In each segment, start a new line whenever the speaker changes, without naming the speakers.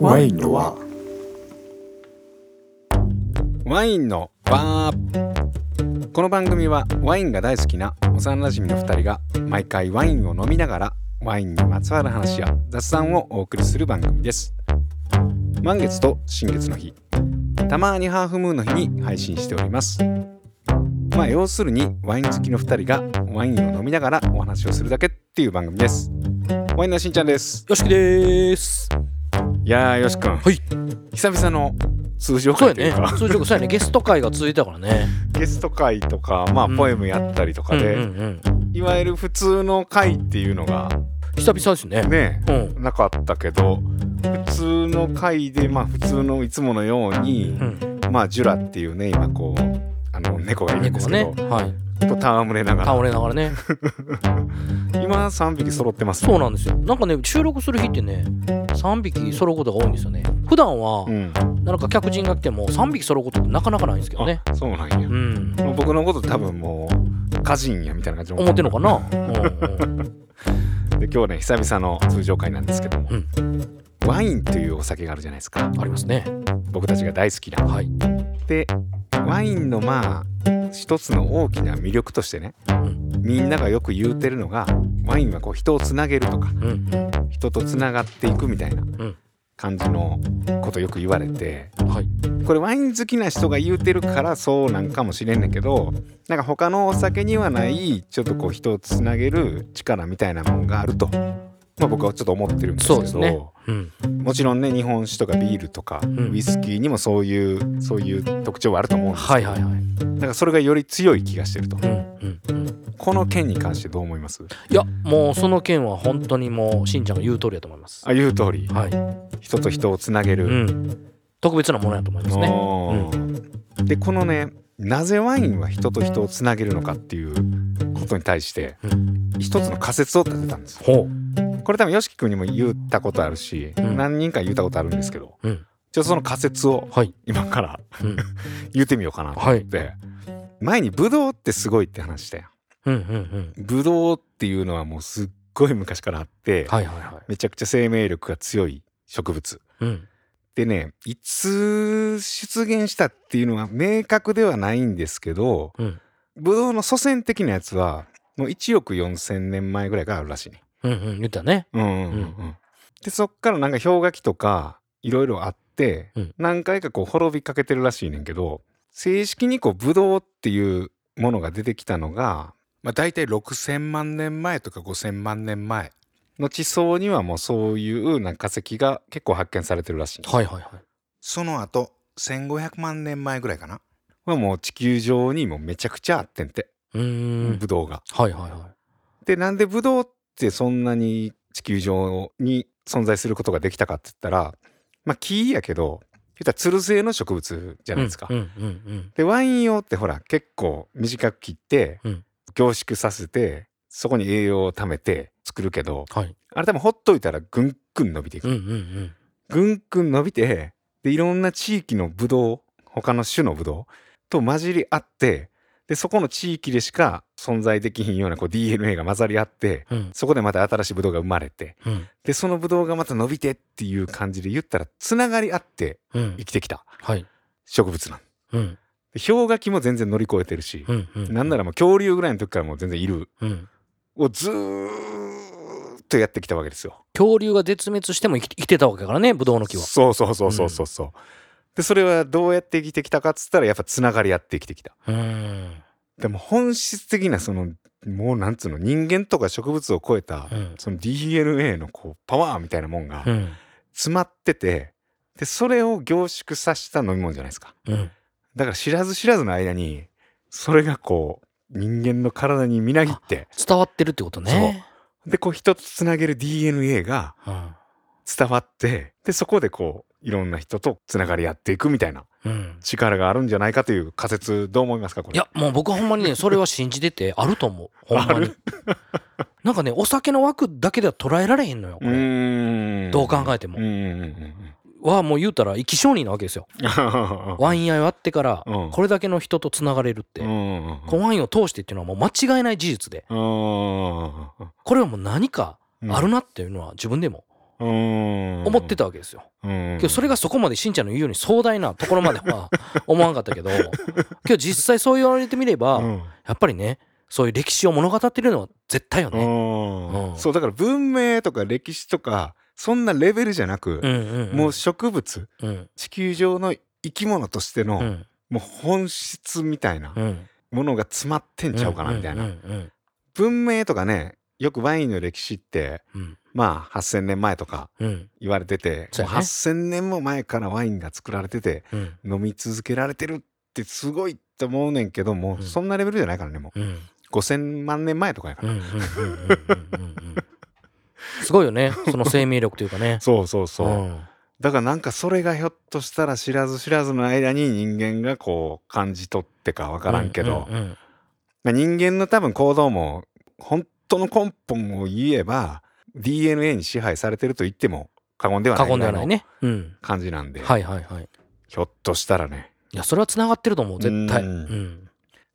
ワインのは
ワインのバーこの番組はワインが大好きな幼馴染の2人が毎回ワインを飲みながらワインにまつわる話や雑談をお送りする番組です満月と新月の日たまにハーフムーンの日に配信しておりますまあ要するにワイン好きの2人がワインを飲みながらお話をするだけっていう番組ですワインのしんちゃんです
よしきです。
いやーよしくん
はい
久々の通常
そう
会
や
という
ね
か。
通常 そうやね。ゲスト会が続いたからね。
ゲスト会とか、まあ、
うん
ポエムやったりとかで、
うんうんうん
いわゆる普通の会っていうのが
久々ですね。
ね
うん
なかったけど普通の会で、まあ、普通のいつものように、
うん。
まあ、ジュラっていうね今こうあの猫がいるんで
猫
す
が
け
ね、
ど、
はい。
と戯れなが
倒
ら
れながら ね。
今3匹揃ってますね
そうなんですよ。なんかね収録する日ってね、三匹揃うことが多いんですよね。普段は
うん
なんか客人が来ても三匹揃うことってなかなかないんですけどね。
あそうなんや
う、ん。
もう僕のこと多分もう家人やみたいな感じで
思ってんのかな。うんうん。
で今日ね久々の通常会なんですけども、
うん
ワインというお酒があるじゃないですか
ありますね。
僕たちが大好きな
はい。
でワインのまあ一つの大きな魅力としてね、
ん
みんながよく言うてるのがワインはこう人をつなげるとか
うんうん。
人とつながっていくみたいなん感じのことよく言われて
はい。
これワイン好きな人が言うてるからそうなんかもしれんねんけどなんか他のお酒にはないちょっとこう人をつなげる力みたいなもんがあると。まあ、僕はちょっと思ってるんですけど
そうですねうん。
もちろんね日本酒とかビールとか、
ん
ウイスキーにもそういうそういう特徴はあると思うんですけど
はいはいはい。
なんかそれがより強い気がしてると。
うんうんうん。
この件に関してどう思います
いやもうその件は本当にもうしんちゃんが言う通りだと思います。
あ、言う通り、
はい。
人と人をつなげ
う
る。
ん。特別なものやと思いますね。
おーで、このね、なぜワインは人と人をつなげるのかっていうことに対して、
う
一つの仮説を立てたんです。
ほ
これ多分、よしき君にも言ったことあるし、
うん
何人か言ったことあるんですけど、
う。うん。
ちょっとその仮説を
はい。
今から
うん。
言ってみようかなと
は
思っ
い。
て、前にブドウってすごいって話したやん。
うんうんうん。
ブドウっていうのはもうすっごい昔からあって、
はいはいはい。
めちゃくちゃ生命力が強い植物。
うん。
でね、いつ出現したっていうのは明確ではないんですけど、
うん。
ブドウの祖先的なやつは、もう1億4,000年前ぐらいからあるらしいね。
うんうん。言ったね。
うんうんうんうんで、そっからなんか氷河期とか、いろいろあって、
うん
何回かこう滅びかけてるらしいねんけど、正式にこうブドウっていうものが出てきたのが、
まあ、大体6,000万年前とか5,000万年前
の地層にはもうそういうなんか化石が結構発見されてるらしいね。
はいはいはい。
その後1,500万年前ぐらいかな
はもう地球上にもうめちゃくちゃあってんて、
うーん。
ブドウが。
はいはいは
でなんでブドウってそんなに地球上に存在することができたかって言ったらまあ木やけど言ったらつる性の植物じ
い。
ゃないですか。
うんうんうん
でワイン用ってほら結構短く切って、
うん
凝縮させてそこに栄養を貯めて作るけど
うん。はい。
あれ多分ほっといたらぐんぐん伸びていく。
うんうんうん。
ぐんぐん伸びてでいろんな地域のブドウ他の種のブドウと混じり合ってでそこの地域でしか存在できひんようなこう DNA が混ざり合って
うん
そこでまた新しいブドウが生まれて
うん
でそのブドウがまた伸びてっていう感じで言ったらつながり合って
うん
生。きてきた
はい。
植物なん
うん
で氷河期も全然乗り越えてるし
うんうん。
なんならもう恐竜ぐらいの時からもう全然いる
うん。
をずーっとやってきたわけですよ。
恐竜が絶滅しても生き生きてたわけだからね、ブドウの木は。
そうそうそうそうそうそう。でそれはどうやって生きてきたかっつったらやっぱつながり合って生きてきた。
うーん。
でも本質的なそのもうなんつうの人間とか植物を超えた
うん。
その DNA のこうパワーみたいなもんが
うん。
詰まっててでそれを凝縮させた飲み物じゃないですか。
うん。
だから知らず知らずの間にそれがこう人間の体にみなぎって
伝わってるってことね。
でこう人とつなげる DNA が
うん。
伝わってでそこでこういろんな人とつながり合っていくみたいな
うん。
力があるんじゃないかという仮説どう思いますかこれ
いやもう僕はほんま にねそれは信じててあると思うほんまになんかねお酒の枠だけでは捉えられへんのよこ
う
れ
ーん
どう考えても
う、ーんうんうん
はもう言うたら生き証人なわけですよ
うん
ワイン屋をやってから
うん
これだけの人とつながれるって、
うん
このワインを通してっていうのはもう間違いない事実で
うん
これはもう何か
うん
あるなっていうのは自分でも
思
思ってたわけですよ。
うん
けどそれがそこまでしんちゃんの言うように壮 大なところまでは思わんかったけどけど実際そう言われてみれば、
うん
やっぱりねそういう歴史を物語ってるのは絶対よ
う
ね。
ん
うん
そうだから文明とか歴史とかそんなレベルじゃなく、
うんうんうん
もう植物
うん
地球上の生き物としての、
うん
もう本質みたいな
うん
ものが詰まってんちゃうかなみたいな、
うんうん
文明とかねよくワインの歴史って
うん
まあ8,000年前とか
うんうん
言われてて、
そうやね
もう8,000年も前からワインが作られてて
うん
飲み続けられてるってすごいって思うねんけども
う
うんそんなレベルじゃないからねも
うんうん
う5,000万年前とかやか
う
ら、
んうんうんうんうんすごいよねその生命力というかね。
そうそうそう、
うん
だからなんかそれがひょっとしたら知らず知らずの間に人間がこう感じ取ってかわからんけど、
うんうん
まあ、人間の多分行動も本当の根本を言えば DNA に支配されてると言っても過言ではな
過
い
言ではないね。うん
感じなんで、
はいはいはい。
ひょっとしたらね
いやそれは繋がってると思う絶対。
う
うんん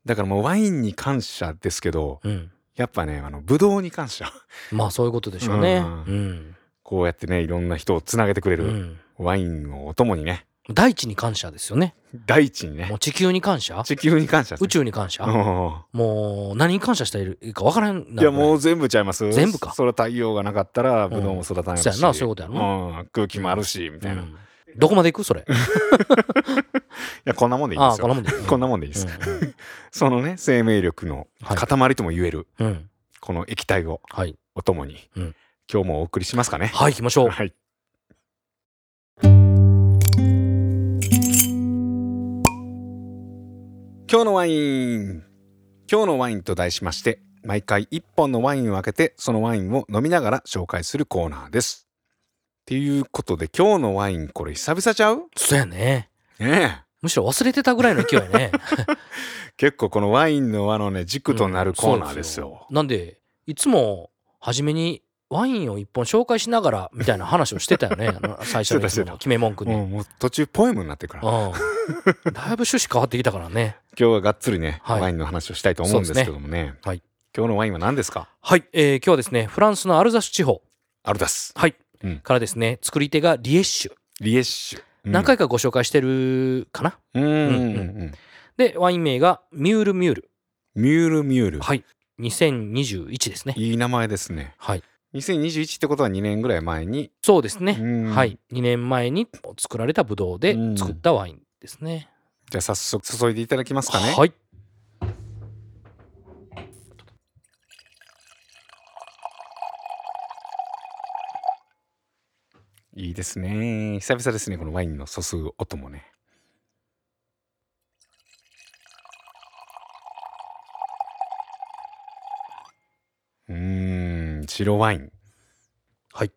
だからもうワインに感謝ですけど
うん
やっぱねあのブドウに感謝
まあそういうことでしょうね。
う
うんん
こうやってねいろんな人をつなげてくれ
う
る
ん
ワインをお供にね
大地に感謝ですよね。
大地にね
もう地球に感謝
地球に感謝
宇宙に感謝、
うん
もう何に感謝したらいいか分からん
いやも
う
う全部ちゃいます
全部か
それ太陽がなかったらブドウも育たないし、
そうやなそういうことやろな
うん空気もあるしみたいな、い
んどこまで行くそれ
やこんなもんでいいん
あ
で
あ
す
こん
よ
なもんでいい
こんなもんでいいです、そのね生命力の
はい
塊とも言える、
うん、うんうん
この液体を
はい
お供に、
うん
今日もお送りしますかね。
はい行きましょう
はい、今日のワイン今日のワインと題しまして毎回1本のワインを開けてそのワインを飲みながら紹介するコーナーです。っていうことで今日のワインこれ久々ちゃう
そうやね
ね
むしろ忘れてたぐらいの勢い や
え
ね
結構このワインの輪のね軸となるコーナーですよ。
うんそうなんでいつも初めにワインを一本紹介しながらみたいな話をしてた よねあの最初のいつ
してたして
も
た
の決め文句に、
もうもう途中ポエムになってるから今
うんだいぶ趣旨変わってきたからね
日はがっつりね、
はい
ワインの話をしたいと思うんですけどもね
はい
今日のワインは何ですか
はい、えー今日はですねフランスのアルザス地方
アルダス
はい、
うん
からですね作り手がリエッシュ
リエッシュ、うん
何回かご紹介してるかな、
うんうんうん
うん
うん
でワイン名がミュールミュール
ミュールミュール、
はい2021ですね
い、い名前ですね
はい
2021ってことは2年ぐらい前に、
そうですね、
うん
はい2年前に作られたブドウで
うん
作ったワインですね、
じゃあ早速注いでいただきますかね
はい
いいですね久々ですねこのワインの注ぐ音もねうーん白ワイン
はい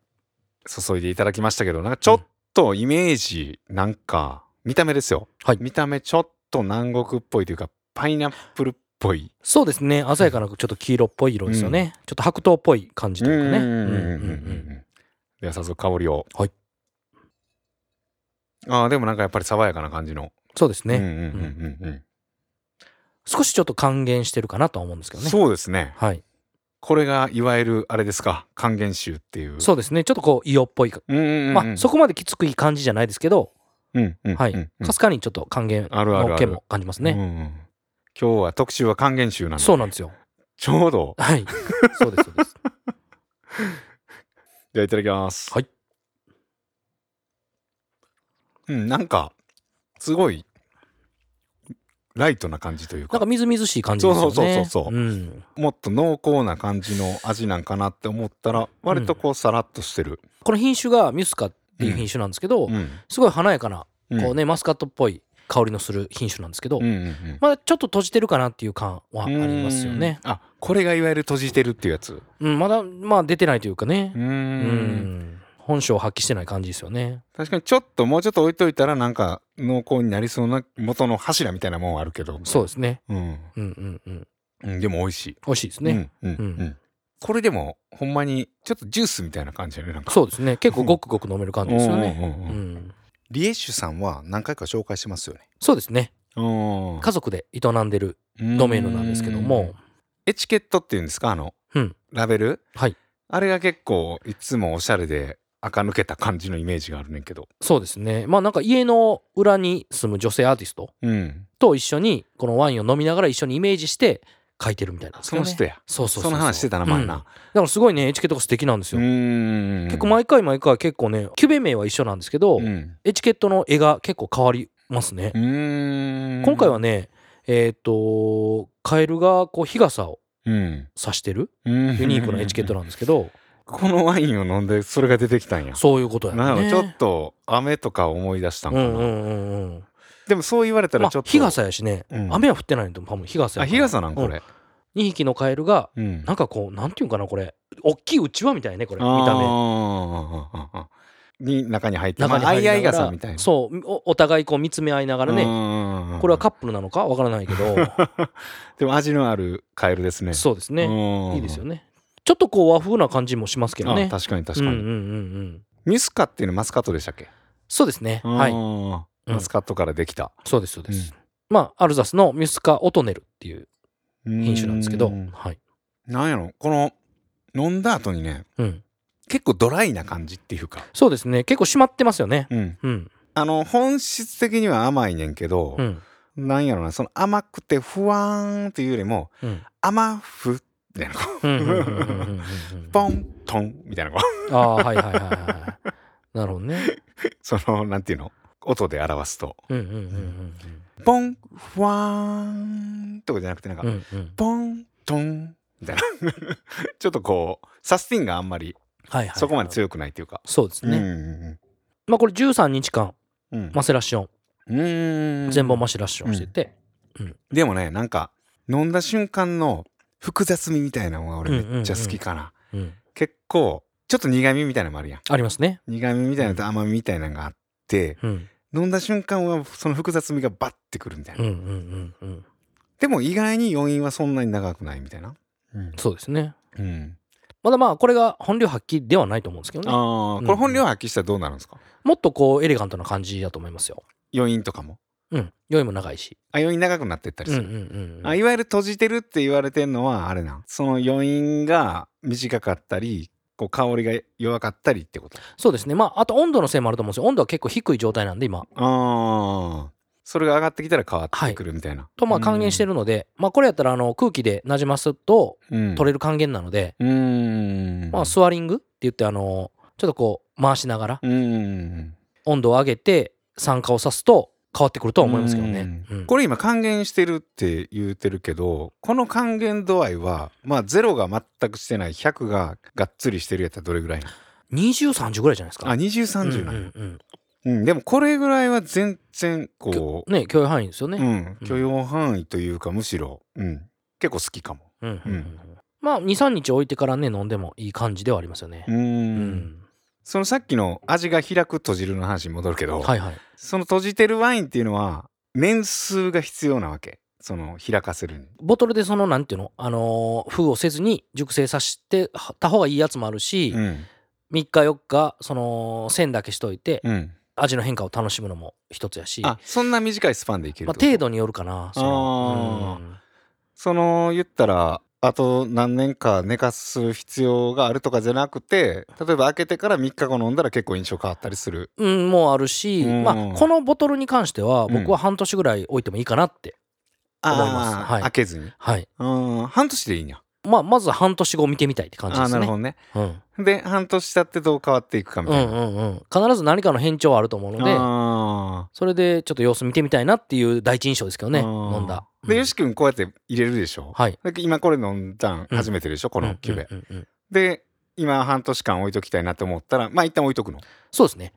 注いでいただきましたけどなんかちょっとイメージなんか見た目ですよ、
はい
見た目ちょっと南国っぽいというかパイナップルっぽい
そうですね鮮やかなちょっと黄色っぽい色ですよね、ちょっと白桃っぽい感じというかね
うんうんうん
うん
うん
うん
う
うん
んでは早速香りを
はい
あーでもなんかやっぱり爽やかな感じの
そうですね、
うんうんうんうんうん
少しちょっと還元してるかなとは思うんですけどね
そうですね
はい
これがいわゆるあれですか還元臭っていう
そうですねちょっとこう硫黄っぽいか
うんうんうんうん
まあそこまできつくいい感じじゃないですけど
うんうん
は
う
い
んうん
かすかにちょっと還元
あるあるある
の件も感じますね
うんうん今日は特集は還元臭なんで
そうなんですよ
ちょうど
はい。そうです、そ うです。
ではいただきます
はい
うんなんかすごいライトな感じという
なん
か
かみずみずしい感じですよね。
そうそうそうそうそう
うん。
もっと濃厚な感じの味なんかなって思ったら割とこうさらっとしてる、
この品種がミュスカっていう品種なんですけど、
うん
すごい華やかな、
うん
こうね、マスカットっぽい香りのする品種なんですけど、
うんうんうん
まだちょっと閉じてるかなっていう感はありますよね。
うんあこれがいわゆる閉じてるっていうやつ
うん、まだ、まあ出てないというかね。
ん
うん。本性を発揮してない感じですよね。
確かにちょっともうちょっと置いといたらなんか濃厚になりそうな元の柱みたいなもんはあるけど
そうですね。
うん、
うんうんうん。
うん、でも美味しい
美味しいですね。
うんうん
うん
うんこれでもほんまにちょっとジュースみたいな感じやねなんか
そうですね。結構ごくごく飲める感じですよね。
うんうん
う
うんうん
ん。
リエッシュさんは何回か紹介してますよね
そうですね。
うん
家族で営んでるドメインなんですけども、
エチケットっていうんですかあの、
うん
ラベル、
はい
あれが結構いつもおしゃれで垢抜けた感じのイメージがあるねんけど
そうですねまあなんか家の裏に住む女性アーティスト
うん
と一緒にこのワインを飲みながら一緒にイメージして書いてるみたいなんです
そ
よ
の
ね
人や
そうそうう
その話してたな前な
うんだからすごいねエチケットが素敵なんです
う
よ、
ん
結構毎回毎回結構ねキュベ名は一緒なんですけど、
うん
エチケットの絵が結構変わりますね、
うん
今回はねえっ、とカエルがこう日傘を
うん
差してるユ
ユ
ニークなエチケットなんですけど
このワインを飲んでそれが出てきたんや
そういうことや
なるほ
ね
どちょっと雨とかを思い出したん
う
か
ん
な
う
ん
うんうん
でもそう言われた
ま
ら
あ
ちょっと
日傘やしね、
うん
雨は降ってないのと多分日傘
あ
やか
日
ら
傘なんこれ
2匹のカエルが
うん
なんかこうなんていうんかなこれ大きいうちわみたいねこれ見た目
目に中に入って
中に
まあ
入
相
り
合
なが
い傘
ら
みたいな
そうおお互いこう見つめ合いながらね
ね
これはカップルなのかわからない けど
でも味のあるカエルですね
そうですね
ね
いいですよねちょっとこう和風な感じもしますけどね
あ確かに確か
うん
に
うんうんうん
ミスカっていうのはマスカットでしたっけ
そうですねはい
い
うん
マスカットからできた
そうですそうです、まあアルザスのミュスカ・オトネルっていう品
品
種なんですけどはい
なんやろこの飲んだ後にね
うん、
結構ドライな感じっていうか
そうですね結構締まってますよね
うん
うん
あの本質的には甘いねんけど
うん
なんやろなその甘くてふわーんっていうよりも
うん
甘ふみたいなこう
うんうんうんうんうんうんうん
ポントンみたいなこう
ああはいはいはいはいはいなるほどね
そのなんていうの音で表すと
うんうんうんうん
ポンふわーんとかじゃなくてなんか
うんうんうん
ポントンみたいな ちょっとこうサスティンがあんまり
はいはい
そこまで強くないというか、
そうですね、
ね
まあこれ13日間
うんうん
マセラシオ
うん
ン全本マセラシオンしてて、
でもねなんか飲んだ瞬間の複雑味みたいなのが
うん
俺
うんうん
めっちゃ好きかな、
うん、
結構ちょっと苦味みたいなのもあるやん
ありますね
苦味みたいなのと甘みみたいなのがあって
うん
飲んだ瞬間はその複雑味がバッてくるみたいな、
うんうんうんうん
でも意外に余韻はそんなに長くないみたいなうん、
そうですね
うん
まだまあこれが本領発揮ではないと思うんですけどね
ああこれ本領発揮したらどうなるんですか、
もっとこうエレガントな感じだと思いますよ
余韻とかも
うん酔いも長いし
あ余韻長くなってったり
うん
す
うん
る、
うんうん
あいわゆる閉じてるって言われてんのはあれなんその余韻が短かったりこう香りが弱かったりってこと
そうですねまああと温度のせいもあると思うんですよ温度は結構低い状態なんで今
ああそれが上がってきたら変わってくるみたいな、
とまあ還元してるので、まあこれやったらあの空気でなじますと
うん
取れる還元なので、
うん
まあスワリングって言ってあのちょっとこう回しながら
うん
温度を上げて酸化をさすと変わってくるとは思いますけどね。うん
これ今還元してるって言うてるけどこの還元度合いはまあゼロが全くしてない100ががっつりしてるやったらどれぐらいなの
20、30ぐらいじゃないですか。
あ2030
う
なんんや、
うんうん
うんでもこれぐらいは全然こう、
ね許容範囲ですよ
う
ね。
ん、許容範囲というかむしろ、うん、結構好きかも
うんうんうん
うん
まあ2、3日置いてからね飲んでもいい感じではありますよね
う。
うん
そのさっきの味が開く閉じるの話に戻るけど、
はいはい。
その閉じてるワインっていうのは年数が必要なわけその開かせるに
ボトルでそのなんていうの、あのー封をせずに熟成させてた方がいいやつもあるし、
うん
3日4日その栓だけしといて
うん
味の変化を楽しむのも一つやし、
あそんな短いスパンでいける
まあ、
ってこと
程度によるかな。その
あー
うん
その言ったらあと何年か寝かす必要があるとかじゃなくて例えば開けてから3日後飲んだら結構印象変わったりする
うん、もうあるし、
うん
まあ、このボトルに関しては
うん
僕は半年ぐらい置いてもいいかなって、思います
あー
はい
開けずに
はい
うん半年でいいんや
まあ、まず半年後見てみたいって感じ
あ
で
ー
す
なるほ
ね
どね
う ん
で半年経ってどう変わっていくかみ
う
たい
ん
な、
うんうん必ず何かの変調はあると思うので
あ
それでちょっと様子見てみたいなっていう第一印象ですけど
ー
ね
あー
飲んだ
で
うん
よし君こうやって入れるでしょ、
はい
で今これ飲んだん
うん
初めてでしょ、このキュベ、
うんうんうん
で今半年間置いときたいなと思ったらまあ一旦置いとくの
そうですね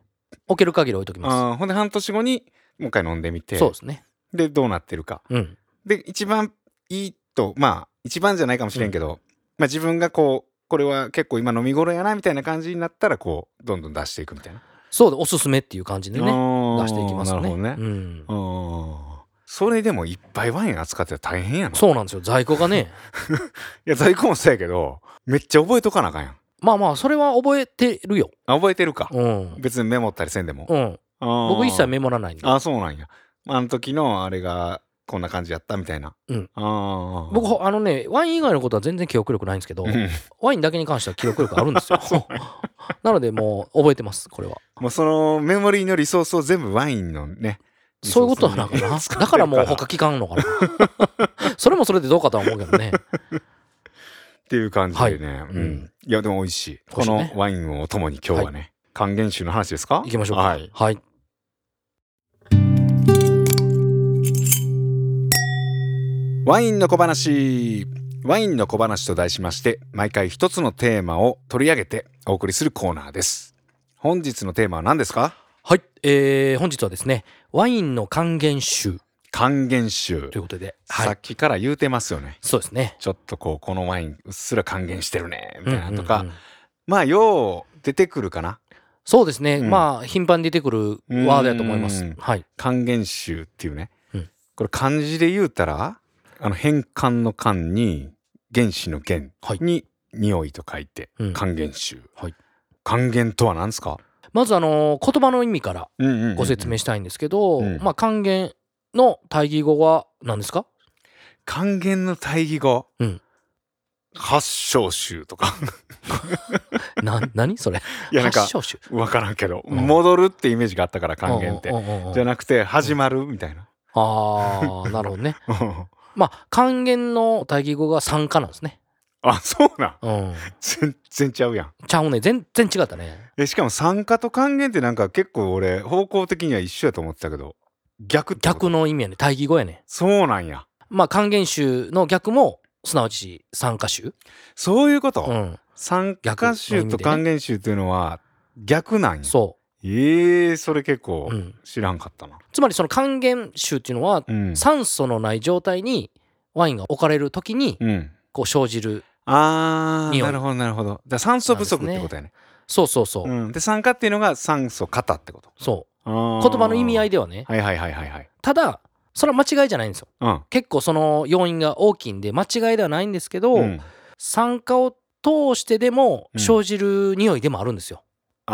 置ける限り置いときま
あーほんで半年後にもう一回飲んでみて
すそうですね
でどうなってるか
うん
で一番いいとまあ一番じゃないかもしれんけど、まあ自分がこうこれは結構今飲み頃やなみたいな感じになったらこうどんどん出していくみたいな、
そうでおすすめっていう感じでね出
出
していきますよ
なる
ね
ほどね
う、ん
あーそれでもいっぱいワイン扱ってたら大変やな
そうなんですよ在庫がね
いや在庫もそうやけどめっちゃ覚えとかなあかんやん
まあまあそれは覚えてるよ
あ覚えてるか、
うん、
別にメモったりせんでも、
うん、
あー
僕一切メモらないんで
あそうなんやあの時のあれがこんな感じやったみたいな。
うん
ああ。
僕ほあのねワイン以外のことは全然記憶力ないんですけど、
うん
ワインだけに関しては記憶力あるん ですよ なのでもう覚えてますこれは
もうそのメモリーのリソースを全部ワインのね。
そういうことなのか
リソー
な
スに
だからもう他聞かんのかな それもそれでどうかとは思うけどね
っていう感じでね。
い
うん
うん
いや、でも美味しい。
美味
こ
しいね
のワインをともに今日はね、還元酒の話ですか
行きましょうか
はい。
はい
ワインの小話ワインの小話と題しまして毎回一つのテーマを取り上げてお送りするコーナーです本日のテーマは何ですか
はい、えー本日はですねワインの還元酒
還元酒
ということで、
さ
はい、
っきから言うてますよね
そうですね
ちょっとこうこのワインうっすら還元してるねみたいなとか、
うんうんうん
まあよう出てくるかな
そうですね、
うん
まあ頻繁に出てくるワードやと思います
うん
はい
還元酒っていうね、
うん
これ漢字で言うたらあの変換の漢に原子の原
はい
に匂いと書いて
うん
還元酒、
はい
還元とは何ですか、
まずあのー言葉の意味から
うんうんうんうん
ご説明したいんですけど、
うん
まあ還元の対義語は何ですか
還元の対義語、
うん
発祥臭とか
な 何それ
いやなんか
発祥酒
分からんけど、
うん
戻るってイメージがあったから還元って、
うんうんうんうん
じゃなくて始まるみたいな、
あーなるほどね
うん
まあ還元の対義語が酸化なんですね
あそうなん
うん
全然ちゃうやん
ちゃうね全然違ったね
えしかも酸化と還元ってなんか結構俺方向的には一緒やと思ってたけど逆ってこと
逆の意味やね対義語やね
そうなんや
まあ還元種の逆もすなわち酸化種
そういうこと、
うん
酸
逆の
化
意味で
臭
ね
と還元臭っていうのは逆なんや
そ
ええそれ結構
う、うん、
知らんかったな、
つまりその還元種っていうのは
うん
酸素のない状態にワインが置かれる時に
うん、
こう生じる
あー
匂い
なるほどなるほどだから酸素不足ってことやね
そうそうそう、
うん、で酸化っていうのが酸素型ってこと
そ
言
う言葉の意味合
い
いではね
はいはいはいはいはい
ただそれは間違いじゃないんですよ
うん
結構その要因が大きいんで間違いではないんですけど、
うん
酸化を通してでも
うん
生じる匂いでもあるんですよ、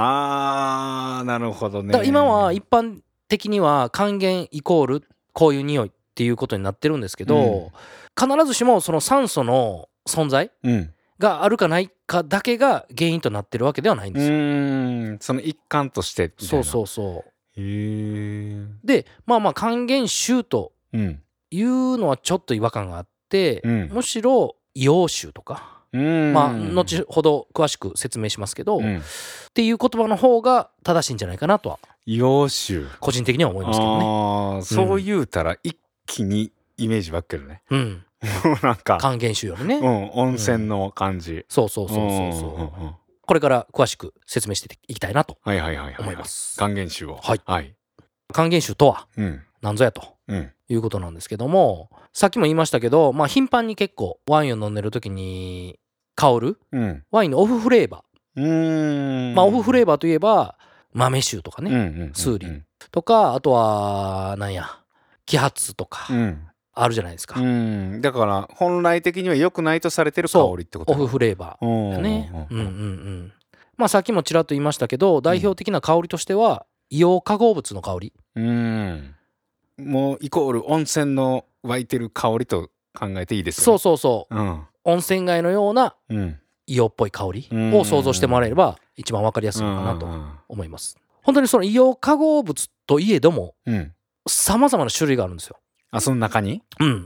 あーなるほどね
だから今は一般的には還元イコールこういう匂いっていうことになってるんですけど、必ずしもその酸素の存在
うん
があるかないかだけが原因となってるわけではないん
う
ですよ。
ーんその一環としてみたい
そう
な
そうそう。
へえ
でまあまあ還元臭と
うん
いうのはちょっと違和感があって、
うん
むしろ硫黄臭とか、
うん
まあ後ほど詳しく説明しますけど、
う
っ
ん
ていう言葉の方が正しいんじゃないかなとは
洋酒
個人的には思いますけどね。
あーそう言うたら一気にイメージばっかりね、
うん、
なんか、
還元臭よりね。
うん、温泉の感じ、
そうそうそうそうそう、
んんんん
これから詳しく説明していきたいなと
はいはいはいはい、はい、
思います。
還元臭を
はい
はい
還元臭とは
うん
何ぞやと
うん
いうことなんですけどもさっきも言いましたけど、まあ、頻繁に結構ワインを飲んでる時に香る
うん
ワインのオフフレーバ
うー
ー、
ん
まあ、オフフ
ー
レーバーといえば豆酒とかね、
うんうんうんうん
数理とかあとはなんや揮発と
う
か
ん
あるじゃないですか、
うんだから本来的には良くないとされてる香りってこと
オフフレーバー
フ
だね、うんう
ね
んうんまあさっきもちらっと言いましたけど代表的な香りとしては硫黄化合物の香り
うんもうイコール温泉の湧いてる香りと考えていいです
そ
よ
うそうそう
ううん
温泉街のような
うん
硫黄っぽい香り
うん
を想像してもらえれば一番わかりやすいのかなと
うん
思います。本当にその硫黄化合物といえども、
うん
さまざまな種類があるんですよ。
あその中に
うん。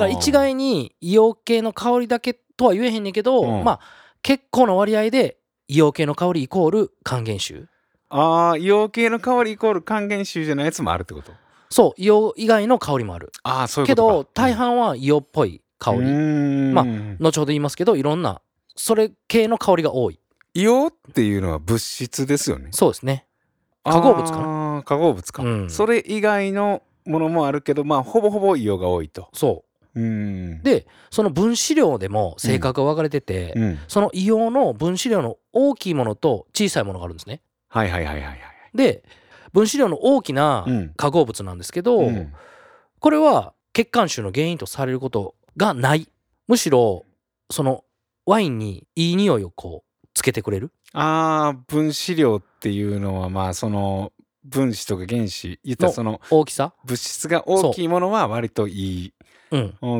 だ
から一概に硫黄系の香りだけとは言えへんねんけど、
うん
まあ結構の割合で硫黄系の香りイコール還元臭。
ああ硫黄系の香りイコール還元臭じゃないやつもあるってこと
そう、硫黄以外の香りもある。
ああそういう
け
こと
ど大半は硫黄っぽい香り。まあ
あ
後ほど言いますけど、いろんなそれ系の香りが多い。
硫黄っていうのは物質ですよね
そうですね。化合物か
な化合物か、
うん
それ以外のものもあるけどまあほぼほぼ硫黄が多いと
そうう。
ん
で、その分子量でも性格が分かれてて、
うん、
その硫黄の分子量の大きいものと小さいものがあるんですね。
はいはいはいはいはい
で分子量の大きな
うん
化合物なんですけど、
うん
これは血管臭の原因とされることがないむしろそのワインにいい匂いをこうつけてくれる
あー分子量っていうのはまあその分子とか原子言ったら
の
その
大きさ
物質が大きいものは割といい、う
うん
ん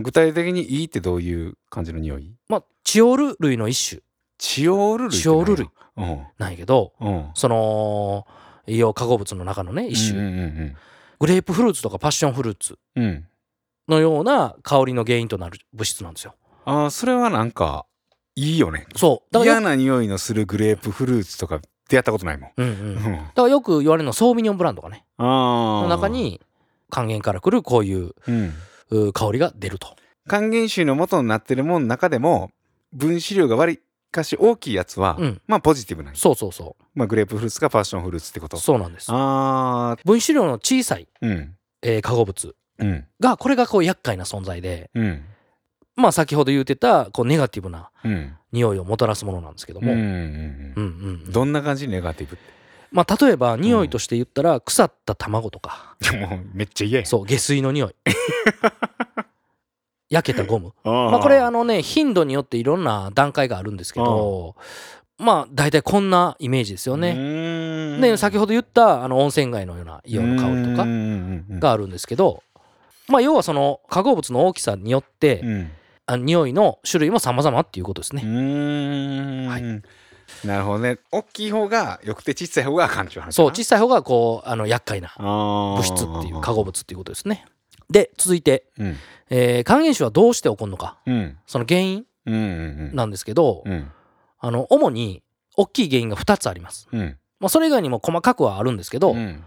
具体的にいいってどういう感じの匂い
まあチオール類の一種
チオール類って
チオール類
何や
なんやけど
うんうん
その硫黄化合物の中のね一種、
うんうん
グレープフルーツとかパッションフルーツ
うん、うん、
のような香りの原因となる物質なんですよ
あーそれはなんかいいよね
そうだから
嫌
よ
な匂いのするグレープフルーツとか出会ったことないもん、
うんうん、
う
だか
ん、
らよく言われるのはソーミニョンブランドがね
あ
の
ー
中、に還元からくるこういう
うん、
う香りが出ると
還元臭の元になってるものの中でも分子量がわりかし大きいやつは、
うん
まあポジティブなんや
そうそうそ
まあ、グレープフルーツかパッションフルーツってこ
う
と
そうなんです
あー
分子量の小さい、
うん
えー化合物
うん
がこれがこう厄介な存在で
うん
まあ先ほど言ってたこうネガティブな
うん
匂いをもたらすものなんですけど
うんう
も、うん
んう
う
ん
うんん
どんな感じネガティブっ
まあ例えば匂いとして言ったら腐った卵とか、
てもうめっちゃ嫌や
そう下水の 匂い焼けたゴム
あ
まあこれあ
あ
のね頻度によっていろんな段階があるんですけどまあ大体こんなイメージですよね。
ね
で先
ほ
ほど言ったあの温泉街のような硫黄の香りとか
が
があるんですけどまあ要はその化合物の大きさによって
うん
あの匂いの種類も様々っていうことです
う
ね。
ん
はい
なるほどね大きい方がよくて小さい方があかんっていう話
そう小さい方がこうあの厄介な
物
物質っていう化合物っていうことですね。で続いて、
うん
えー、還元種はどうして起こるのか
うん
その原因
うんうん
なんですけど、
うん
あの主に大きい原因が2つあります。
うんうん
まあ、それ以外にも細かくはあるんですけど、
うん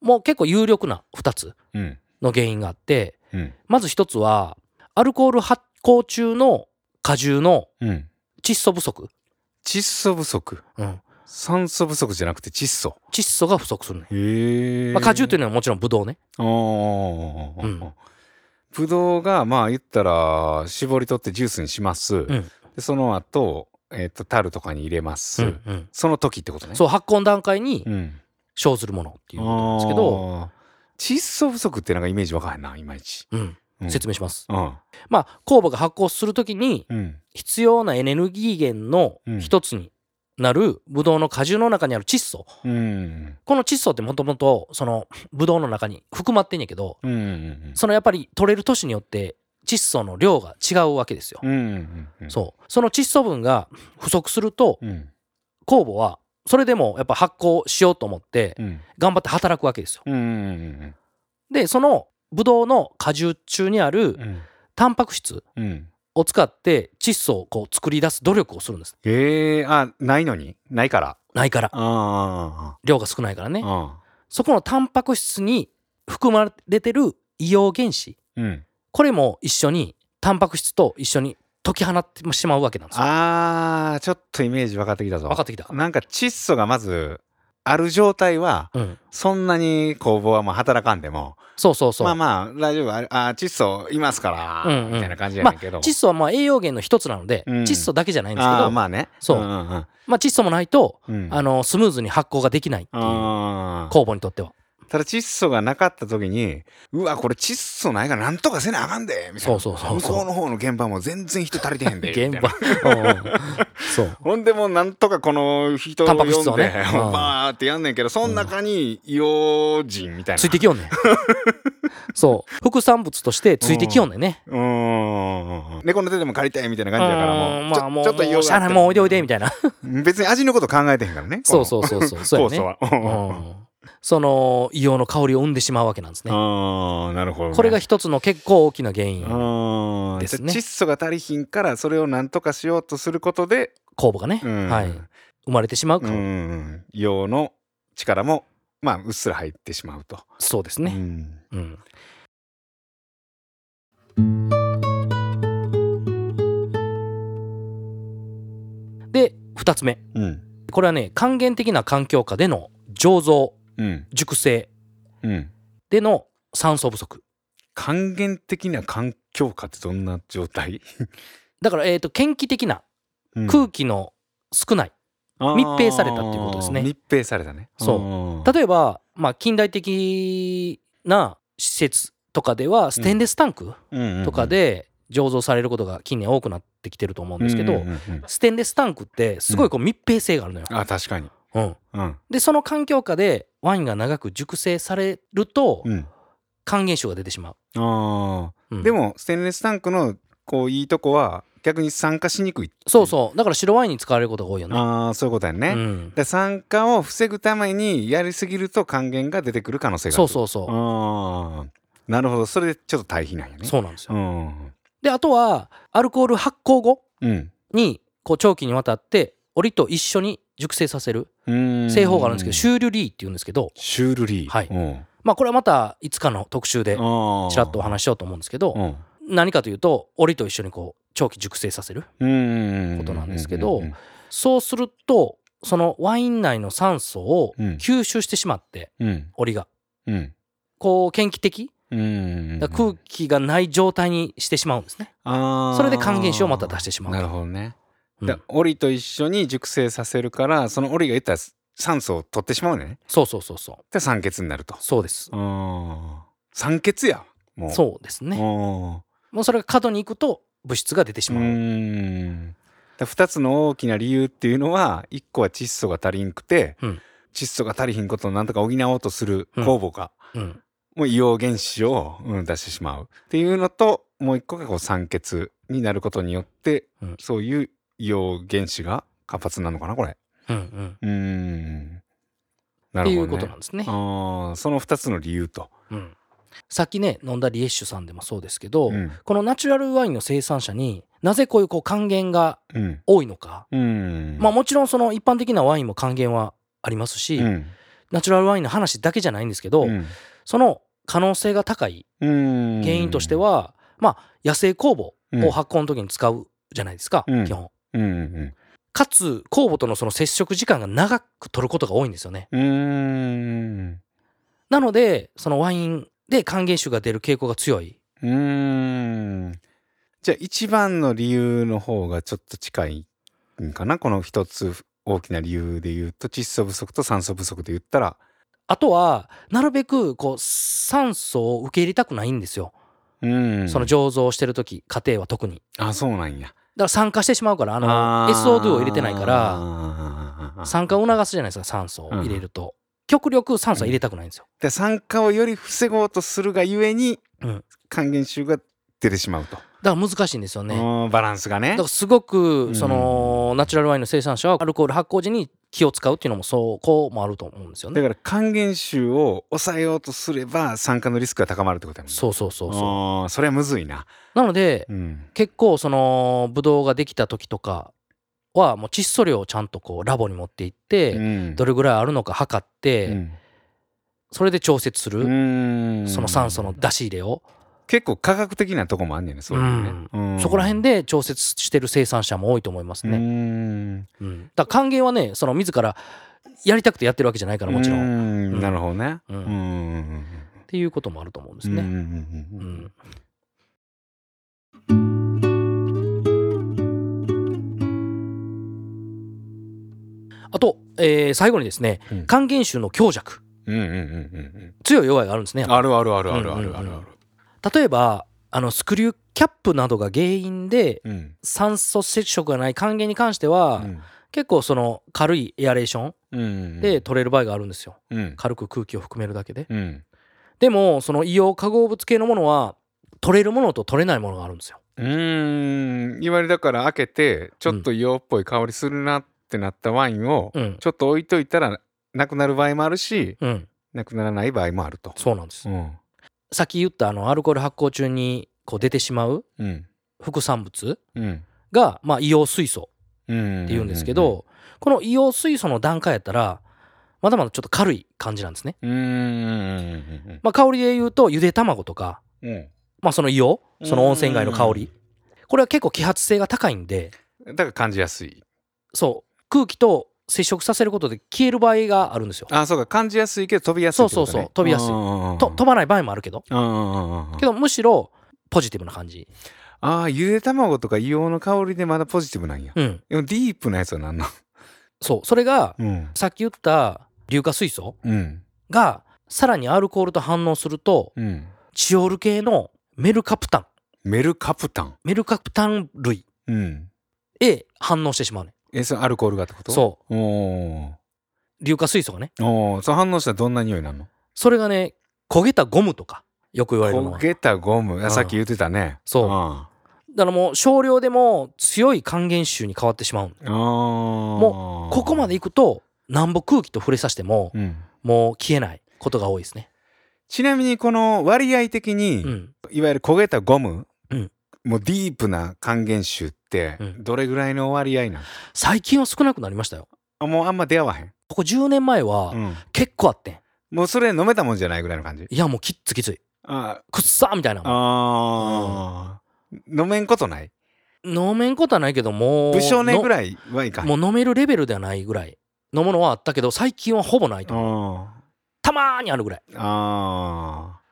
もう結構有力な2つ
うん
の原因があって
うん
まず1つはアルコール発酵中の果汁の
うん
窒素不足、
窒素不足
うん、
酸素不足じゃなくて窒素
窒素が不足するね、
へえ
まあ、果汁という
の
のはもちろんブドウね
ああ、
うん
ぶどうがまあ言ったら絞り取ってジュースにします、
ん
でその後、えっとタルとかに入れます、
うんうん
その時ってことね
そう発酵の段階に
うん、って
生ずるものっていうことなんですけど、
窒素不足ってなんかイメージわかへんないまいち
うん
うん
説明します、
うん
まあ酵母が発酵するときに
うん
必要なエネルギー源の一つになるブドウの果汁の中にある窒素
うん
この窒素ってもともとそのブドウの中に含まってんやけど
うんうん
そのやっぱり取れる年によって窒素の量が違うわけですよ。
うんうんうん
そうその窒素分が不足すると
うん
酵母はそれでもやっぱ発酵しようと思って
うん
頑張って働くわけですよ。
うんうん
でそのブドウの果汁中にある
うん
タンパク質
うん
を使って窒素をこう作り出す努力をするんです。
えー、あないのにないから
ないから
あ
量が少ないから
ーあー
ね。
あ
そこのタンパク質に含まれてる硫黄原子
ーうん
これも一緒にタンパク質と一緒に解き放ってしまうわけなんですよ。
あーちょっとイメージ分かってきたぞ
分かってきた。
なんか窒素がまずある状態は
うん、
そんなに工房はまあ働かんでも
そうそうそう。
まあまあ大丈夫あれあ窒素いますから、
うんうん
みたいな感じやねんけど、
窒素はまあ栄養源の一つなので、
うん
窒素だけじゃないんですけ
あ
ど
ーまあね
そうん
んん
まあ、窒素もないと、
うん
あのスムーズに発酵ができないっていう
あー
酵母にとっては
ただ窒素がなかった時にうわこれ窒素ないからなんとかせなあかんでみたい
そ
な
うそうそ
向
う
こう
そう
の方の現場も全然人足りてへ んでみたい
現
な
場うんうん そう
ほんでもうなんとかこの人を
タ
呼
ンパク質を
んで、
ねうん
バーってやんねんけどその中に用心みたいな。
ついてきよんね んそう副産物としてついてきよんねんね
うーん猫の手でも借りたいみたいな感じだからもう,、
うんまあもう
ちょちょっと用
もうしゃあないもうおいでおいでみたいな
な別に味のこと考えてへんからね
そうそううそうそうそうやね
酵素は、うん
うんその硫黄の香りを生んでしまうわけなんですね
ああなるほどね、
これが一つの結構大きな原因
あー
ですね
じゃあ窒素が足りひんからそれをなんとかしようとすることで、
酵母がね、
うん
はい、生まれてしまう
う
か、
ん用の力もまあうっすら入ってしまうと、
そうです
う
ね、
ん
うん、で2つ目
うん
これはね還元的な環境下での醸造
うん
熟成
うん
での酸素不足
還元的な環境下ってどんな状態、
だから、えー、と献気的な
うん
空気の少ない、
あー
密閉されたっていうことですね
密閉されたね
そう
うん
例えば、まあ、近代的な施設とかではステンレスタンクとかで醸造されることが近年多くなってきてると思うんですけど、
うんうんうんうん
ステンレスタンクってすごいこう密閉性があるのよ、
あ確かに
うん、
うん
でその環境下でワインが長く熟成されると
うん
還元酒が出てしまう、
あ
うん
ーでもステンレスタンクのこういいとこは逆に酸化しにくい
そうそうだから白ワインに使われることが多いよね
ああそういうことやね、
うん
で酸化を防ぐためにやりすぎると還元が出てくる可能性があ
そ
る
うそうそ
あーなるほどそれでちょっと対比なんや
う、
ね
そうなんですよ、
うん
であとはアルコール発酵後
うん
にこう長期にわたって檻と一緒に熟成させる
うん
製法があるんですけどシュールリーっていうんですけど
シュールリー
はい
うん
まあこれはまたいつかの特集で
あー
ちらっとお話ししようと思うんですけど
うん
何かというと檻と一緒にこう長期熟成させる
うん
ことなんですけど
うんうん
そうするとそのワイン内の酸素を
うん
吸収してしまって
うん
檻が
うん
こう献気的
うんうん
だから空気がない状態にしてしまうんですね。
あー
それで還元酒をまた出してしまう
なるほどね
うん
で檻と一緒に熟成させるからその檻が得た酸素を取ってしまうね
そうそうそうそう
で酸欠になると
そうです
うん酸欠やもう
そうです
う
ね。
ん
もうそれが過度に行くと物質が出てし
う
まう。
ーんだ2つの大きな理由っていうのは1個は窒素が足りんくて、
うん
窒素が足りひんことをなんとか補おうとする
うん
酵母が、
うん、
もう硫黄原子を、うん、出してしまうっていうのともう1個がこう酸欠になることによって、
うん
そういう硫黄原子が活発になるのかなこれ。
うん、うん。
うーんな
っ
る
てい
ほ
う
ど、
こ
ね、
となんですね。
あーその2つの理由と。
うん、さっきね飲んだリエッシュさんでもそうですけど、
うん
このナチュラルワインの生産者になぜこういうこう還元が
うん
多いのか、
うん
まあもちろんその一般的なワインも還元はありますし、
うん
ナチュラルワインの話だけじゃないんですけど、その可能性が高い
うん
原因として、は、まあ野生酵母
う
を
ん
発酵の時に使うじゃないですか、
うん
基本。
うんうん
かつ酵母とのその接触時間が長く取ることが多いんですよね。
うん、うーん
なのでそのワインで還元酒が出る傾向が強いう
ーん。じゃあ一番の理由の方がちょっと近いんかなこの一つ大きな理由で言うと窒素不足と酸素不足で言ったら。
あとはなるべくこう酸素を受け入れたくないんですよ、
うん。
その醸造してる時家庭は特に
あそうなんや。
だから酸化してしまうからあの SO2 を入れてないから
ら
酸化を促すじゃないですか酸素を入れると、極力酸素は入れたくないんですよ、
で酸化をより防ごうとするがゆえに、
うん
還元臭が出てしまうと。
だから難しいんですよね
うんバランスがね
だから。すご
う
く
ん
そのナチュラルワインの生産者はアルコール発酵時に気を使うっていうのもそうこうもあると思うんですよ
だ
ね
から還元臭を抑えようとすれば酸化のリスクが高まるってことやもんね。
そうそうそうそ
あーそれはむずいな。
うなので
うん。
結構そのブドウができた時とかはもう窒素量をちゃんとこうラボに持って行って、
うん
どれぐらいあるのか測って、
うん
それで調節する、
うん
その酸素の出し入れを、
結構科学的なとこもあんねんねそういうのね、うん
そこら辺で調節してる生産者も多いと思いますね、
ね
うんだから還元はねその自らやりたくてやってるわけじゃないからもちろん、うん
なるほどね
うん
うんうん
っていうこともあると思うんです
うんうん
ね、
うん
う
うん
んあと、えー最後にですね
うん
還元臭の強弱
うんうんうん
強い弱いがあるんですね
うんあるあるあるあるあるあ
うんう
る
ん例えばあのスクリューキャップなどが原因で
うん
酸素接触がない還元に関しては、結構その軽いエアレーショ
うんうん
ンで取れる場合があるんですよ、
うん
軽く空気を含めるだけで
うん
でもその硫黄化合物系のものは取れるものと取れないものがあるんですよ
うんいわゆるだから開けてちょっと硫黄っぽい香りするなってなったワインを
うん
ちょっと置いといたらなくなる場合もあるし
うん
なくならない場合もあると
そうなんです、
うん
さっき言ったあのアルコール発酵中にこう出てしまう
うん
副産物
うん
が、まあ、硫黄水素
うん
っていうんですけど、この硫黄水素の段階やったらまだまだちょっと軽い感じなんですね、
うんうん
まあ、香りで言うとゆで卵とか
うんうん
まあ、その硫黄その温泉街の香りこれは結構揮発性が高いんで
だから感じやすい
そう空気と接触させることで消える場合があるんですよ。
あそうか感じやすいけど飛びやすいってこと、ね、
そうそうそう飛びやすいと飛ばない場合もあるけど
あ
けどむしろポジティブな感じ。
あーゆで卵とか硫黄の香りでまだポジティブなんや、
うん
でもディープなやつは何なん
そうそれが
うん
さっき言った硫化水素
うん
がさらにアルコールと反応すると
うん
チオール系のメルカプタン
メルカプタン
メルカプタン類
うん
へ反応してしまうね
えそれアルコールがってこと
そう
おー
硫化水素がね
おーそう反応したらどんな匂いなの
それがね焦げたゴムとかよく言われるの
焦
は
げたゴム
う
あ
ん
さっき言ってたね
そう
あ
だからもう少量でも強い還元臭に変わってしまう
あも
ここまで
い
行くとなんぼ空気と触れさせても
く、うん、
もう消えないことが多いですね
ちなみにこの割合的に、
うん
いわゆる焦げたゴム、
うん
もうディープな還元臭って
うん
どれぐらいの割合なん、
最近は少なくなりましたよ
あもうあんま出会わへん、
ここ10年前は
うん、
結構あってん
もうそれ飲めたもんじゃないぐらいの感じ
いやもうきっつきつい
あ
くっさーみたいなもん
あー飲めんことない
飲めんことはないけどもう
武将ね
の
ぐらいはいかん
もう飲めるレベルではないぐらい飲むのはあったけど最近はほぼないと思う
あ
たまーにあるぐらい
ーあー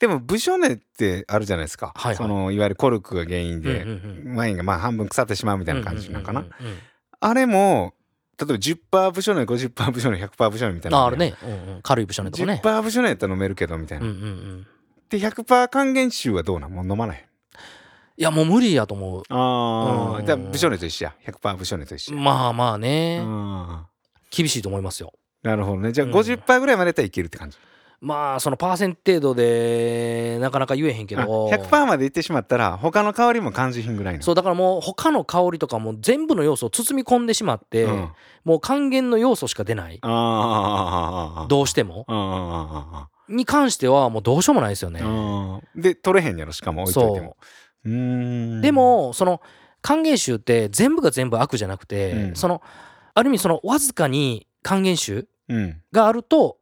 でも武将ねってあるじゃないですか、
はいはい
そのいわゆるコルクが原因
う
で
んうんうん
ワインがまあ半分腐ってしまうみたいな感じなんかな、
うんうんうんうん
あれも例えば10%武将ね50%武将ね100%武将ねみたいな
ああるね、うんうん、軽い部署のとこね
10%ブショネやったら飲めるけどみたい
うん
な、
うんうん
で100%還元臭はどうなんもう飲まない
いやもう無理やと思う
あ
う
あ
ん
じゃあブショネと一緒や100%ブショネと一緒や、
まあまあね、
あ
厳しいと思いますよ
ーなるほどねじゃあ
うん
50%ぐらいまでやったらいけるって感じ、
まあそのパーセン程度でなかなか言えへんけ
あ
ど
100%までいってしまったら他の香りも感じひんぐらいの
そうだからもう他の香りとかも全部の要素を包み込んでしまって、
うん、あ
もう還元の要素しか出ない
あ
どうしても
ああ
に関してはもうどうしようもないですよね
ああで取れへんやろしかも置いといてもうーん
でもその還元臭って全部が全部悪じゃなくて、
うん
そのある意味そのわずかに還元臭
うん
があると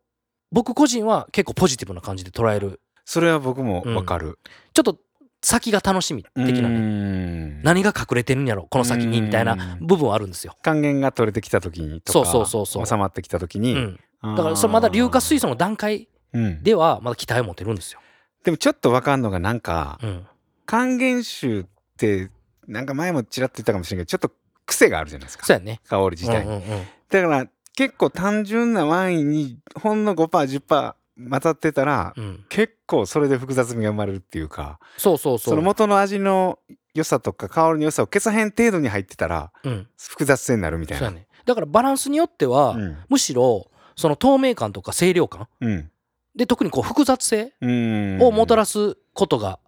僕個人は結構ポジティブな感じで捉える
それは僕もわかる、
ちょっと先が楽しみ的なね
ね
何が隠れてるんやろこの先にみたいな部分はあるんですよ。
還元が取れてきた時にとか
そうそうそうそう
収まってきた時
う
に、
ん、
だ
だからそれまだ硫化水素の段階
うん、
ではまだ期待を持てるんですよ。
でもちょっとわかんのがなんか
うん、
還元臭ってなんか前もちらっと言ったかもしれないけどちょっと癖があるじゃないですか
そうやね。
香り自体に、
うんうんうん
だから結構単純なワインにほんの 5%10% 混ざってたら、
うん、
結構それで複雑味が生まれるっていうか
そうそう
そ
そう。
の元の味の良さとか香りの良さを消さへん程度に入ってたら
うん、
複雑性になるみたいう
そや
な。
ね。だからバランスによっては、
うん
むしろその透明感とか清涼感
うん
で特にこう複雑性
うん
をもたらすことが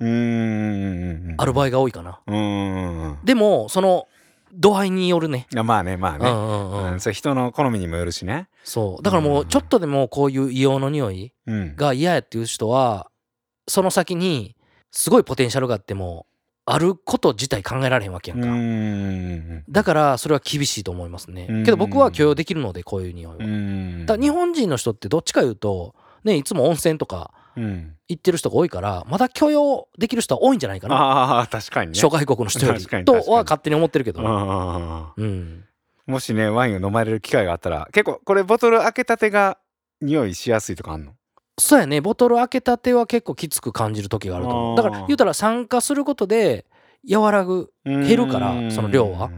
うんうんうん
ある場合が多いかな。
うんうん
でもその度合いによるね。
いやまあねまあ
う
ね、
んうんうん
うんそれ人の好みにもよるしね
そうだからもうちょっとでもこういう硫黄の匂い
うん
が嫌やっていう人はその先にすごいポテンシャルがあってもあること自体考えられへんわけやん
う
か、
ーん
だからそれは厳しいと思いますね、
うん
けど僕は許容できるのでこういう匂いは、
う
だ
ーん
から日本人の人ってどっちか言うとねいつも温泉とか
うん
行ってる人が多いからまだ許容できる人は多いんじゃないかな、
ああ確かにね
諸外国の人より
確かに
と
確かに
は勝手に思ってるけどね
あ
うん
ーもしねワインを飲まれる機会があったら結構これボトル開けたてが匂いしやすいとかあんの
そうやねボトル開けたては結構きつく感じる時があると思う
あー
だから言うたら酸化することで和らぐ減るから
うーん
その量は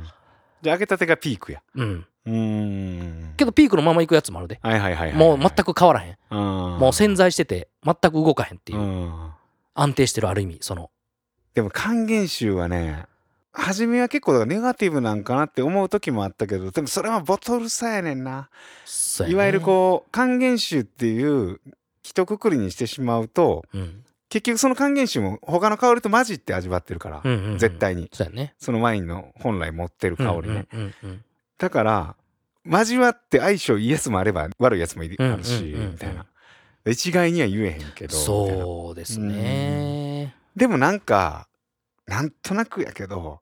じゃあ開けたてがピークや
うん
うーん
けどピークのまま行くやつもあるで、
はいはいはいはい
もう全く変わらへん、も
も
う潜在してて全く動かへんっていう、
ん
安定してるある意味その
でも還元臭はね初めは結構だからネガティブなんかなって思う時もあったけどでもそれはボトルさやねんな
そうやね
いわゆるこう還元臭っていう一括りにしてしまうと
う、ん
結局その還元臭も他の香りと混じって味わってるから、
うんうんうん
絶対に
そうやね
そのワインの本来持ってる香りね、
うんうんうんうん
だから交わって相性いいやつもあれば悪いやつもいる
うんうんう
あ
ん
るし、みたいな一概には言えへんけどみたいな
そうですね
でもなんかなんとなくやけど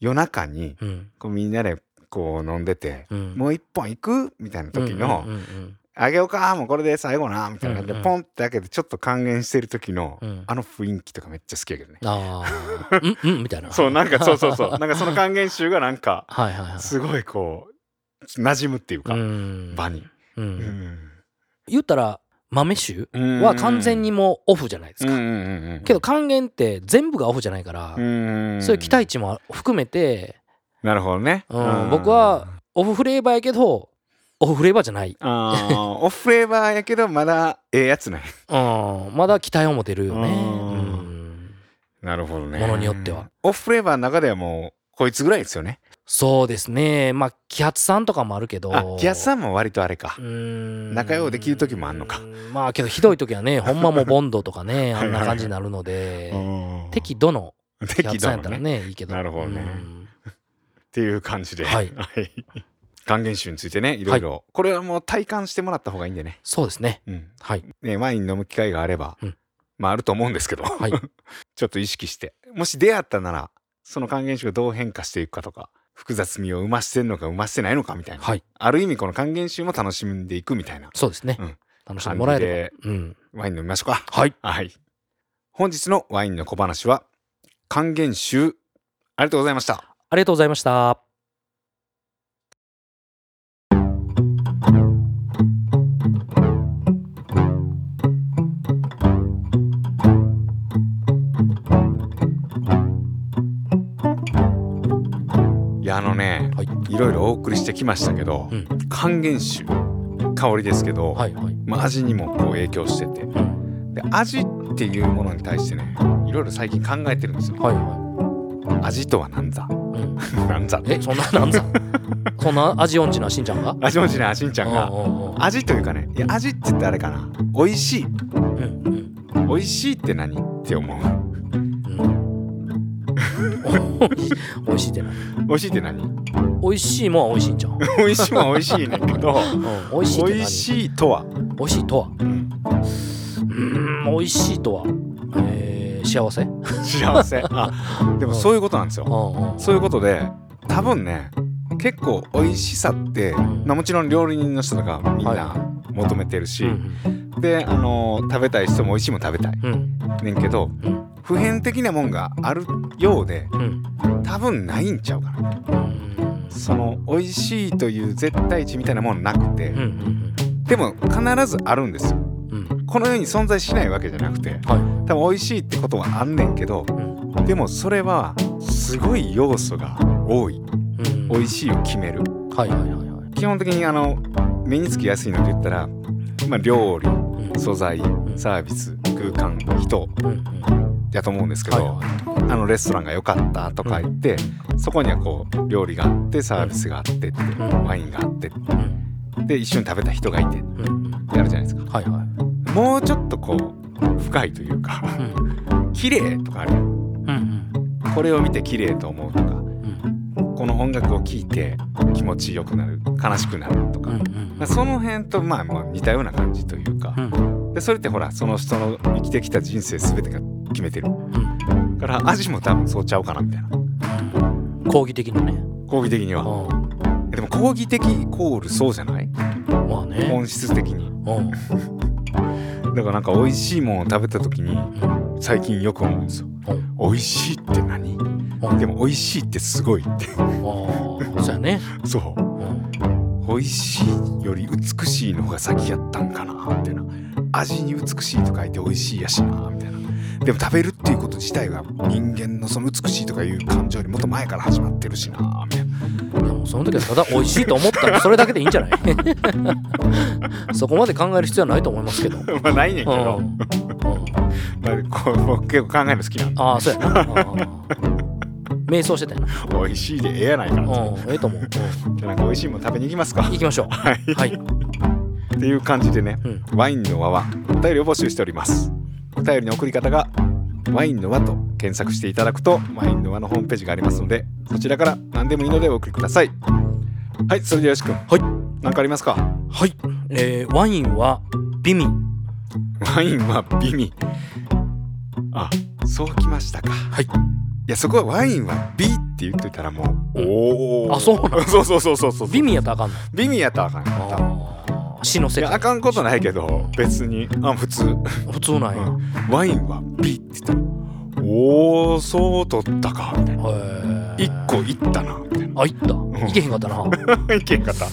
夜中に
うん
こうみんなでこう飲んでて、
うん
もう一本行くみたいな時の、
うんうん
あげようかもうこれで最後なみたいな感じ
うんう
で
ん
ポンって開けてちょっと還元してる時の
うんうん
あの雰囲気とかめっちゃ好きやけどね
あー うんうんみたいな
そうなんかそうそう そうなんかその還元臭がなんか
はいはいはい
すごいこう馴染むっていうか
うん
場に
う
うんん
言ったら豆臭
うん
は完全にもうオフじゃないです
うんう
か、
んうんうん
けど還元って全部がオフじゃないから、
うん
そういう期待値も含めて
なるほどね
うん僕はオフフレーバーやけどオフフレーバーじゃない、
あーオフレーバーやけどまだええやつない
うん、まだ期待を持てるよね、
うん
うん
なるほどね
ものによっては
オフレーバーの中ではもうこいつぐらいですよね
そうですねまあ揮発酸とかもあるけど
あ気圧さんも割とあれか
うーん
仲良うできる時もあんのか
まあけどひどい時はねほんまもうボンドと かねあんな感じになるので
うん
適度の揮
適
発酸や
度
った
の
ら
ね
ねいいけど
なるほどね
うん
っていう感じで
はい
はい還元酒についてねいろいろこれはもう体感してもらった方がいいんでね
そうですね
うん
はい
ねワイン飲む機会があれば
うん
まああると思うんですけど
はい
ちょっと意識してもし出会ったならその還元酒がどう変化していくかとか複雑味を生ましてんのか生ましてないのかみたいな
はい
ある意味この還元酒も楽しんでいくみたいな
そうですね、
うん
楽しんで
感
もら
じ
えれ
で
ばうん
ワイン飲みましょうか
はい
はい。本日のワインの小話は、還元集。ありがとうございました。
ありがとうございました
いや、あのね、
はい
いろいろお送りしてきましたけど、
うん
還元酒、香りですけど、
はいはい
まあ、味にもこう影響してて。で、味っていうものに対してね、いろいろ最近考えてるんですよ。
はいは
味とは 何だ
い、うん、
なんざ
えそんな なんざそんな味音痴なしんちゃんが
味持ちなしんちゃんが。
うんうんうん
味というかね、いや味って言ったらあれかな。美味しい。
うんうん
美味しいって何って思う。
うん、 美味しいってな
美味しいって何
美味しいもんは美味しいんじゃん、
美味しいは美味しいねんだけど、
うん、 美味しいって
美
何
味しいとは。
美味しいとはうん美味しいとはえー、幸せうん
幸せあでもそういうことなんですよ
うん
そういうことで多分ね結構美味しさって、
ん
まあ、もちろん料理人の人とかみんな求めてるし、で、あのー食べたい人も美味しいもん食べたい
うんうん
ねんけど
うん
普遍的なもんがあるようで
うん
多分ないんちゃうかな
うん
その美味しいという絶対値みたいなもんなくて
うんうん
でも必ずあるんですよ
うんうん
この世に存在しないわけじゃなくて
はい
多分美味しいってことはあんねんけど
うん
でもそれはすごい要素が多い
うん
美味しいを決める
はいはいはいはい
基本的にあの目につきやすいので言ったら、まあ、料理
うん
素材サービス空間人
うんうんは
やと思うんですけ
い
ど、
は
あのレストランが良かったとか言って、そこにはこう料理があってサービスがあってって、
ん
ワインがあって
いうん
で一緒に食べた人がいてっ
うんうん
てあるじゃないです
はいはい
かもうちょっとこう深いというか
うん
綺麗とかあるやん
うん
これを見て綺麗と思うとか
うんうん
この音楽を聴いて気持ちよくなる悲しくなるとか、
うん
まあその辺とまあまあ似たような感じというか、
うん
でそれってほらその人の生きてきた人生全てが決めてる
うん
から味も多分そうちゃうかなみたいな
うん抗議的なね
講義的には
う
えでも講義的イコールそうじゃない
んまあね
本質的に
うん
だからなんか美味しいものを食べた時に
うん
最近よく思うんですよ
うん
美味しいって何
うん
でも美味しいってすごいって
ああそうやね
そう
うん
美味しいより美しいのが先やったんかなみたいな味に美しいと書いて美味しいやしなみたいなでも食べるっていうこと自体が人間のその美しいとかいう感情よりもっと前から始まってるしなみたいない
やもうその時はただ美味しいと思ったらそれだけでいいんじゃないそこまで考える必要はないと思いますけど。うん
まあないねんけ
う
ど、
ん
まあ、こう僕結構考えるの好きなんで
ああそうやな。うん瞑想してたよな。
美味しいでええやないか
う
なと、
んええと思う。うん
じゃあなんか美味しいもん食べに行きますか
行きましょう。
はい
はい。
っていう感じでね
うん
ワインの輪はお便りを募集しておりますお便りの送り方がワインの輪と検索していただくとワインの輪のホームページがありますのでそちらから何でもいいのでお送りくださいはいそれではよし君はい何かありますか
はい。えーワインは美味。
ワインは美味あそうきましたかはいいやそこはワインは美って言っといたらもうおお
あそうな
そうそうそうそうそう
美味やったらあかんの。
美味やったらあかんかった
ああ。死の
い
世
やあ
界。
かんことないけど別にあ普通
普通なんや。へ
うんワインは美って言ったら「おおそう取ったか」みたいな「
え
一個いったな」みたい
あ行った。行けへんかったな。
ないけんかった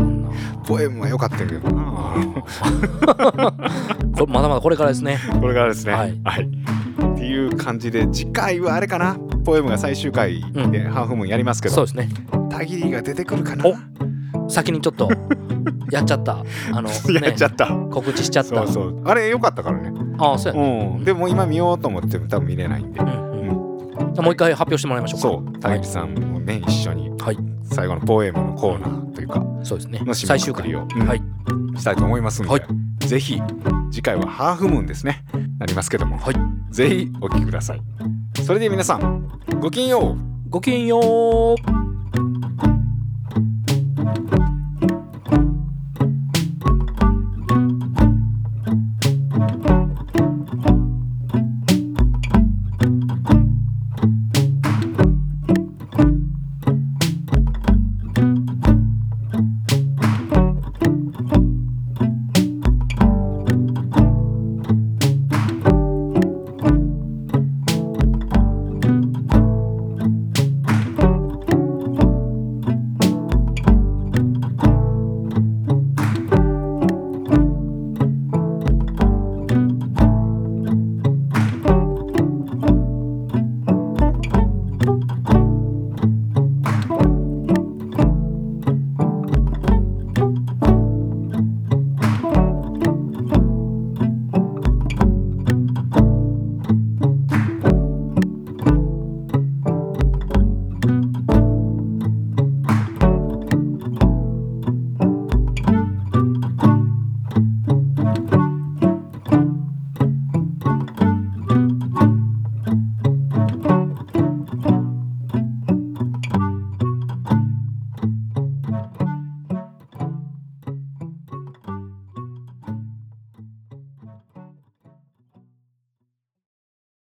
あんな
ポエムは良かったけどな
これまだまだこれからですね。
これからですね
は
はいい、っていう感じで次回はあれかなポエムが最終回で
う
ハーフムーンやりますけ
そう
ど、
ですね。
たぎりが出てくるかな
お先にちょっとやっちゃった。あの、
やっ
ね
ちゃ、った、
告知しちゃった。
そうそうあれ良かったからね
ああ、そうやね。
うんでも今見ようと思っても多分見れないんで
うんうんもう一回発表してもらいましょうか。
そうたぎりさんもね一緒に
はい。
最後のポエムのコーナーというか
そうですね
の締
最
め
終
くく
回
りを
は
うん
い
したいと思いますので、
はい
ぜひ次回はハーフムーンですねなりますけども、
はい
ぜひお聴きくださいそれでは皆さんごきげんよう
ごきげんよう